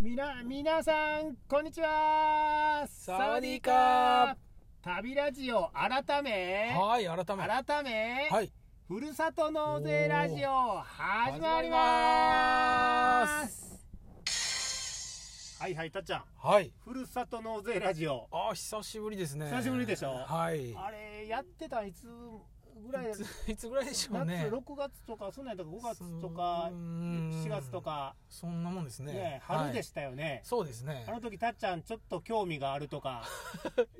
みな、皆さん、こんにちはサワディーカー旅ラジオ改め、はい、改め。改め、はい。ふるさと納税ラジオ、始まりまますはいはい、たっちゃん、はい。ふるさと納税ラジオ。あー、久しぶりですね。久しぶりでしょはい。あれ、やってたんいつぐらいいだつ いつぐらいでしょう夏、ね。 6月とか、そんなんやったか5月とか、うーん4月と。か、そんなもんですね。ね、春でししたよね。そうですねあ。の時たっちゃん、ちょっと興味があると か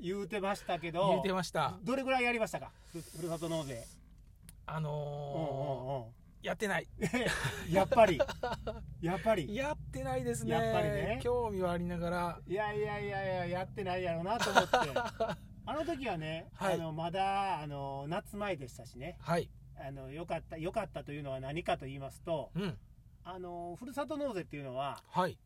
言うてましたけど、言ってました。どれぐらいやりましたか、ふふるさと納税。あうんのー、やってない。うんうんやっぱ り、やっぱり、やってないですね。やっぱりね興味はありながら。いやいやいやいや、やってないやろうなと思 って、あの時はね、はいあのまだあの夏前でしたしねはい。あの、よかった、よかったというのは何かと言いますと、うん。あのふるさと納税っていうのは、はい。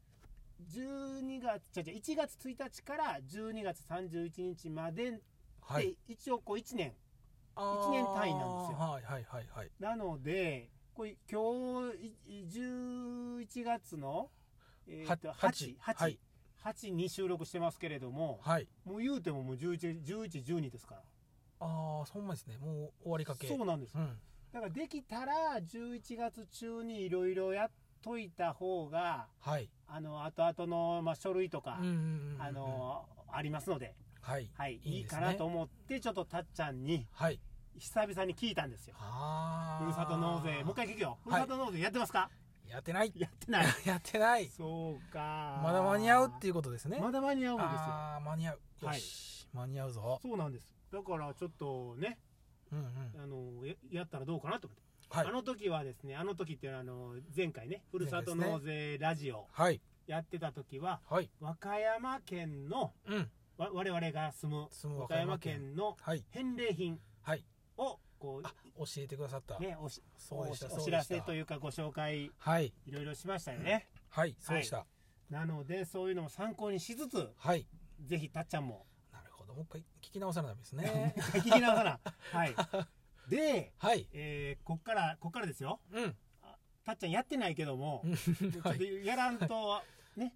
12月、じゃじゃ1月1日から12月31日までで、はい。一応こう1年。あー一年単位なんですよはいはいはいはい。なので、これ今日いい11月の、えーとは8、八はい8、8に収録してますけれども、はい。もう言うてももう11、11、12ですから。ああ、そんまですね。もう終わりかけ。そうなんですう。ん。だからできたら11月中にいろいろやっといた方が、はい。あの、後々の、まあ、書類とか、うんうんうんうんあ、の、ありますので、はい。はい、いいいですいかねなと思って、ちょっとたっちゃんにはい。久々に聞いたんですよ。ああ。ふるさと納税、もう一。回聞くよ。ふるさと納税やってますか、やってない。 やってない。やってない。そうか。まだ間に合うっていうことですね。まだ間に合うんですよ。ああ、間に合う。よし。間に合うぞ。そうなんです。だからちょっとね、うんうん。あのややったらどうかなと思って、はいあ。の時はですね、あの時っていうのはあの前回ね、ふるさと納税ラジオはい。やってた時は、はい。和歌山県のうん。わ我々が住む住む和歌和歌山山県県のはい。返礼品はい。をこあ、教えてくださったう。ねおしおそうでした。お知らせとういでしうかご紹介た。はい。いろいろしましたよね。はい。そうでした。なのでそういうのも参考にしつつ、はい。ぜひたっちゃんも。なるほど。もう一回聞き直さないとダメですね聞きながら、はい。で、はい。えーこっからこっからですよ。うん。たっちゃんやってないけども、ちょっ はとい。やらんと、ね、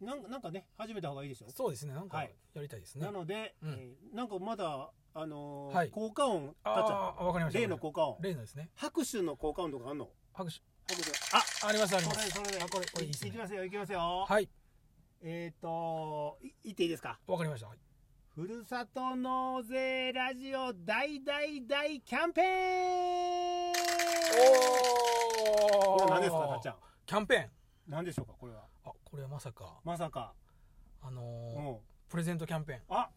なんなんかね、始めた方がいいでしょ。そうですね。なんかはやいりたいですねな。ので、うんえーなんかまだ、あのーはい効果音、あたっちゃあ、わかりまん、した。例の効果音、例のですね。拍手の効果音とかあんの拍手。拍手あありますありそまれそす。れで、あこれこれいいいですねきますよ、いきますよ。はい。えっ、とい、いっていいですか。わかりました。はいふるさと納税ラジオ大大大キャンペーンこおれは何ですか、たっちゃん。キャンペーン。何でしょうか、これは。あ、これはまさか、まさか。あうのーん。プレゼントキャンペーン。あ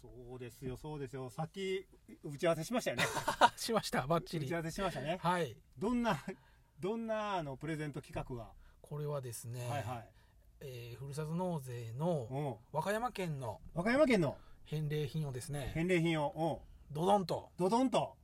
そうですよ、そうですよ。さっき打ち合わせしましたよ ね。あ、しました。バッチ打リち合。わせしましたね。はい。ど んな、どんなあのプレゼント企画が。これはですね、はいはい。えーふるさと納税うのん。和歌山県の和歌山県の返礼品をですね、返礼品を、ドドンと、うん。ドドンと、うん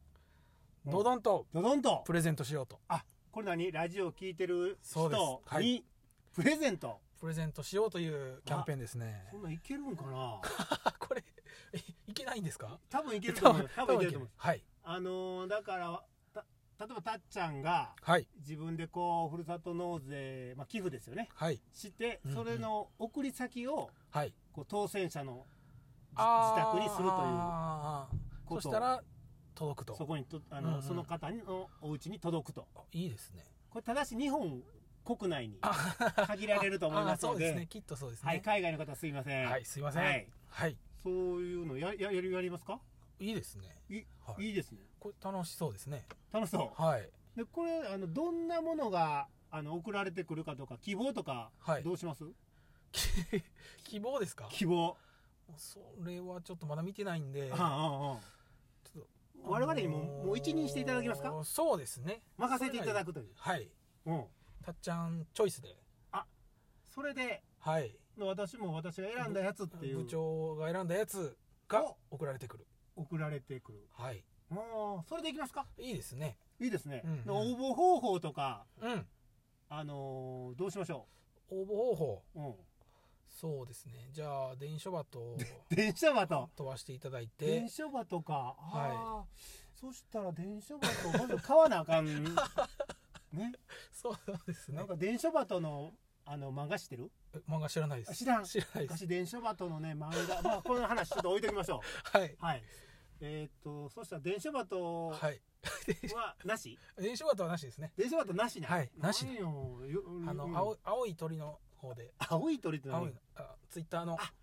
ドドンとドドンと。プレゼントしようと。あ、これ何ラジオ聞いてるそうです人はにいプレゼント。プレゼントしようというキャンペーンですねこ。んなんいけるんかなあ、これ、えいけないんですか多分いけると思う。多分いけいるとけな思。いうはい。あのーだから、た、例えばたっちゃんが、はい。自分でこう、ふるさと納税、まあ寄付ですよね。はい。してうんう、んそれの送り先を、はい。こう当選者のじあ自ー宅にするというあーことそしたら届くとそこにとあうんの、うんその方のお家に届くとあいいですねこれただし日本国内にあ限られると思いますあのーそうでですねきっとそうですねはい、海外の方すいません、はいすいませんははいい、そういうのやややりやりますかいいですねい,、、はいいいですねこれ楽しそうですね楽しそはい、うでこれあのどんなものがあの送られてくるかとか希望とかはいど、うします、 希望ですか希望それはちょっとまだ見てないんであああちょっとあ我々にも,、あのーもう一任していただけますかそうですね任せていただくというはいうんたっちゃんチョイスでそれではい私も私が選んだやつっていう部長が選んだやつが送られてくる送られてくるはいああ、それでいきますかいいですねいいですね。うんうんで応募方法とか、うんあのーどうしましょ応募方法う。うん。そうですねじゃあ電書 バト電車場と。飛ばしていただいて電車場とか。はいああ、そしたら電車 場と、まず買わなあかん。ね。そうですねなんか電車場とのあの漫画知ってるえ漫画知らないです知らん知らないです昔電書バトのね漫画まあこの話ちょっと置いときましょ はい、うはいえーっとそしたら電書バトははい、 なし電書バトはなしですね電書バトなしなはいなしんよよあの、うん青い青い鳥の方で青い鳥って青何いあツイッターのあ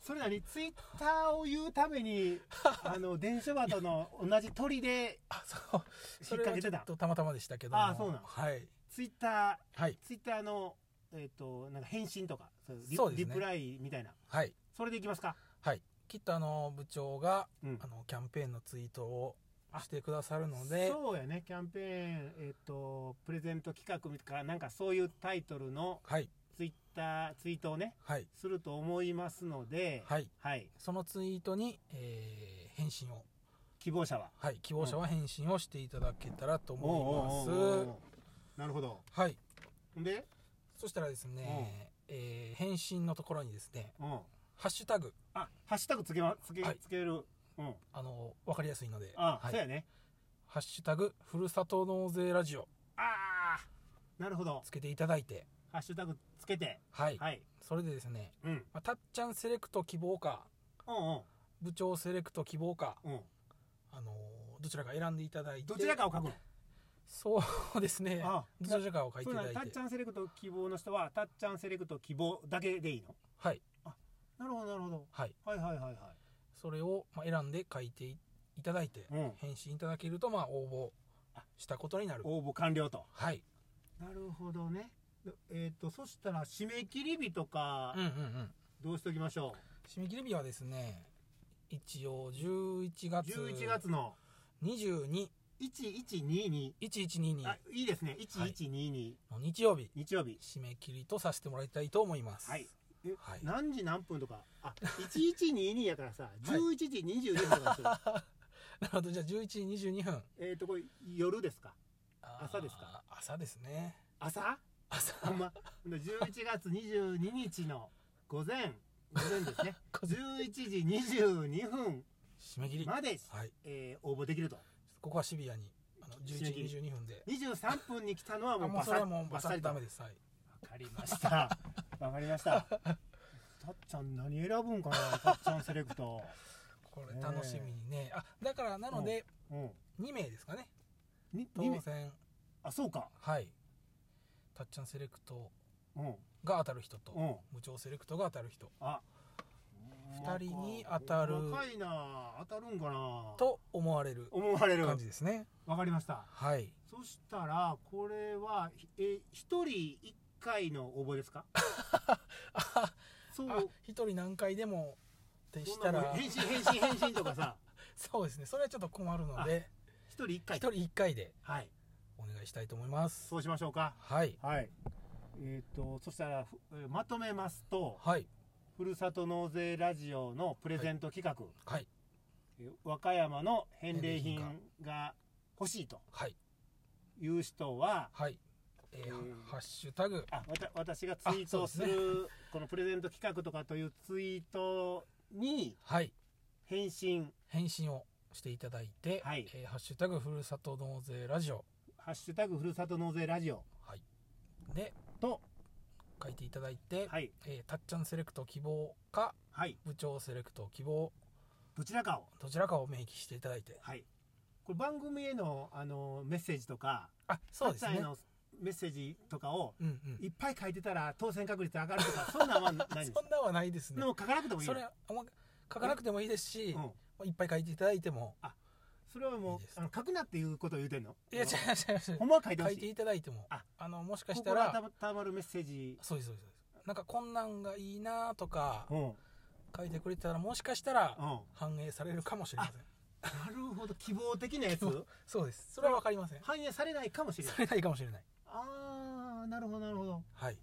それなりツイッターを言うため にあの電書バトの同じ鳥であそう引っそれ掛はけちょてったとたまたまでしたけどもあそうなんはいツイッタはいーツイッターのえーっとなんか返信とかそうリそうですねリプライみたいなはいそれでいきますかはいきっとあの部長がうんあのキャンペーンのツイートをしてくださるのでそうやねキャンペーンえっ、とプレゼント企画みたいななんかそういうタイトルのはいツイッターツイートをねはいすると思いますのではい、はいそのツイートに、えー返信を希望者ははい希望者は返信をしていただけたらと思いおうおうおうおうまなるほどすはいんでそしたらですね、えー返信のところにですねうん「ハッシュタグあハッシュタグつけまつけ,、はいつけるうんあの分かりやすいので「あ、はいそうやねハッシュタグふるさと納税ラジオあーなるほど」つけていただいてハッシュタグつけてはい、はいそれでですね、うんまあ、たっちゃんセレクト希望かうん部長セレクト希望か、うんうんあのどちらか選んでいただいてどちらかを書くのそうですねあどちらかを書いそていうなただのいたってちゃんセレクト希望の人はたっちゃんセレクト希望だけでいいのはいなるほどなるほどはいはいはいはいはいそれをまあ選んで書いていただいて、うん返信いただけるとまあ応募したことになる応募完了とはいなるほどねでえっ、とそしたら締め切り日とかうんうんうんどうしておきましょ締め切り日はですね一応11月う、11月の22 1122 1122あいいですね1122、の日曜日日曜日締め切りとさせてもらいたいと思いますはいえはい何時何分とかあ1122や からさ11時22分とかする なるほどじゃあ11時22分えっとこれ夜ですかあー朝ですか朝ですね 朝朝ほんま11月22日の午前 午前ですね午11時22分締め切りまで、はいえー応募できるとここはシビアにあの11時22分で23分に来たのはあもうもうバそサれッはもうバサッとダメですはいわかりました。わかりました。たっちゃん何選ぶんかな、たっちゃんセレクト。これ楽しみにねあだからなのでうん。 2名ですかねに、当にめ選あ、そうか。はいたっちゃんセレクトうん。が当たる人とうん。部長セレクトが当たる人あ。二人に当たる若いな、当たるんかな。と思われる思われる。感じですねわかりました。はいそしたら、これは、ひえ、一人一回の応募ですか。あそう。あ一人何回でもってそしんなたもんら返信、返信、返信とかさ。そうですねそれはちょっと困るので一人一一回。人一回ではい。お願いしたいと思いますそうしましょうか。はいはい。えっ、と、そしたら、ふえーまとめますと。はいふるさと納税ラジオのプレゼント企画、はいえ和歌山の返礼品返礼が欲しいとはいいう人は、はいえーうんハッシュタグあわた私がツイートをあすそうでるすこのプレゼント企画とかというツイートにはい返信、返信をしていただいて、はいえーハッシュタグふるさと納税ラジオハッシュタグふるさと納税ラジオでと、書いていただいて、はい、えーたっちゃんセレクト希望かはい、部長セレクト希望どちらかを、どちらかを明記していただいてはい、これ番組へのあのメッセージとか、あそうですたっちゃんへねのメッセージとかをうんうんいっぱい書いてたら当選確率上がるとか、そんなんはないんですか そんなはないですねでも書かなくてもいいそよれはあんま書かなくてもいいですし、うまんあいっぱい書いていただいてもそれはもういいですあの書くなっていうことを言うてんのいや違う違う違うほんまは書いてほ書しいていいただいてもああのもしかした心ら温まるメッセージそうですそうですそうですなんかこんなんがいいなとかうんうん書いてくれてたらもしかしたらな反映されるかもしれませんるほど希望的なやつ希望そうですそれは分かりません反映されないかもしれないされないかもしれないああなるほどなるほどはい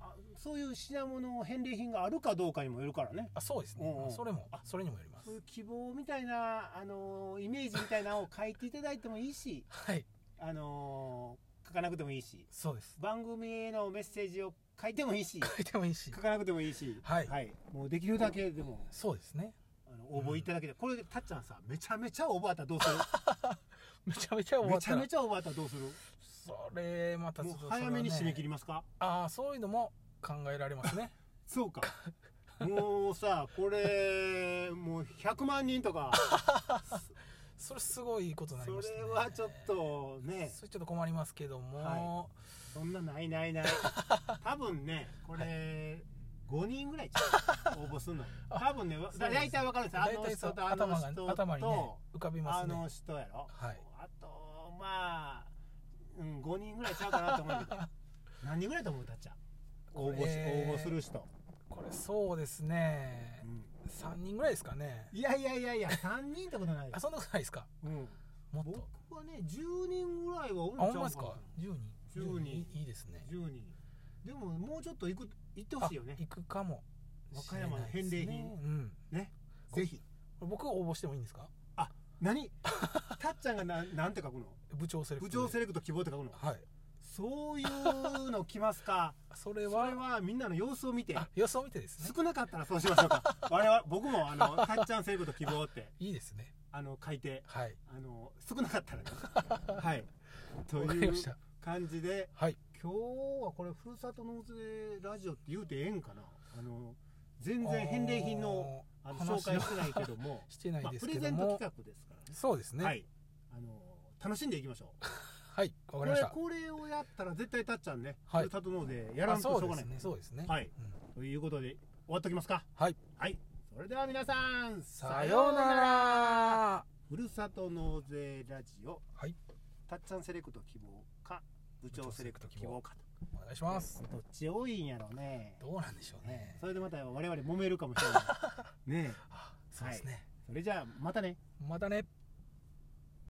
あそういう品物返礼品があるかどうかにもよるからねあそうですね、うんうんまあそれもあそれにもよりますそういう希望みたいな、あのーイメージみたいなのを書いていただいてもいいし、はいあのー書かなくてもいいしそうです番組へのメッセージを書いてもいい し書いてもいいし書かなくてもいいし、はいもうできるだけでもそうですねあの応募いただけて、これでたっちゃんさめちゃめちゃ応募あったらどう するめちゃめちゃ終わめっちたゃらめちゃ応募あったらどうするそれまたちょもっとう早めに締め切りりますかああそういうのも考えられます ねそうかもうさこれもう100万人とかそれすごいことになりましそたねれはちょっとねそれちょっと困りますけども、はそんなないないない多分ねこれ、5人ぐらいちゃう応募するの多 分ねわそうです大体わかるんですよあ大の体そ人うとあの頭が人頭にねと浮かびまあすねの人やろ、はいあとまあ、うん、5人ぐらいちゃうかなと思うんだ けど何人ぐらいと思うたっちゃん応募し、えー応募する人、これそうですねうん3人ぐらいですかねいやいやいやいや3人ってことないよあ、そんなことないですかうん、もっと僕はね10人ぐらいはおるんあちゃうほんまですか10人10人いいいいですね10人でももうちょっと行く行ってほあしいよね行くかもしれ和歌山のないで返すね礼品うんぜひこれ僕応募してもいいんですか 何たっちゃんがななんて書くの部長セレク部トで長セレクト希望って書くのはいそういうの来ますか そそれれははみんなの様子を見てあ予想見てですね少なかったらそうしましょうか我々僕もあのたっちゃんセレクト希望っていいですねあの書いてはいあの少なかったらねはいとわかいりうました感じではい今日はこれふるさと納税ラジオって言うてええんかなあの全然返礼品のああのー紹話介はしてないけどもしてないまあですプけレゼどンもト企画ですからねそうですねはいあの楽しんでいきましょうはいわこかりまれしたこれをやったら絶対たっちゃんね、はいふるさと納税やらんあとしょそううがでない、すねそうですねはいうんということで終わっときますかはいはいそれでは皆さんさようならふるさと納税ラジオ、はいたっちゃんセレクト希望か部長セレクト希望かお願いしますどっち多いんやろうねどうなんでしょうねそれでまた 我々揉めるかもしれないねえそうですねそれじゃあまたねまたね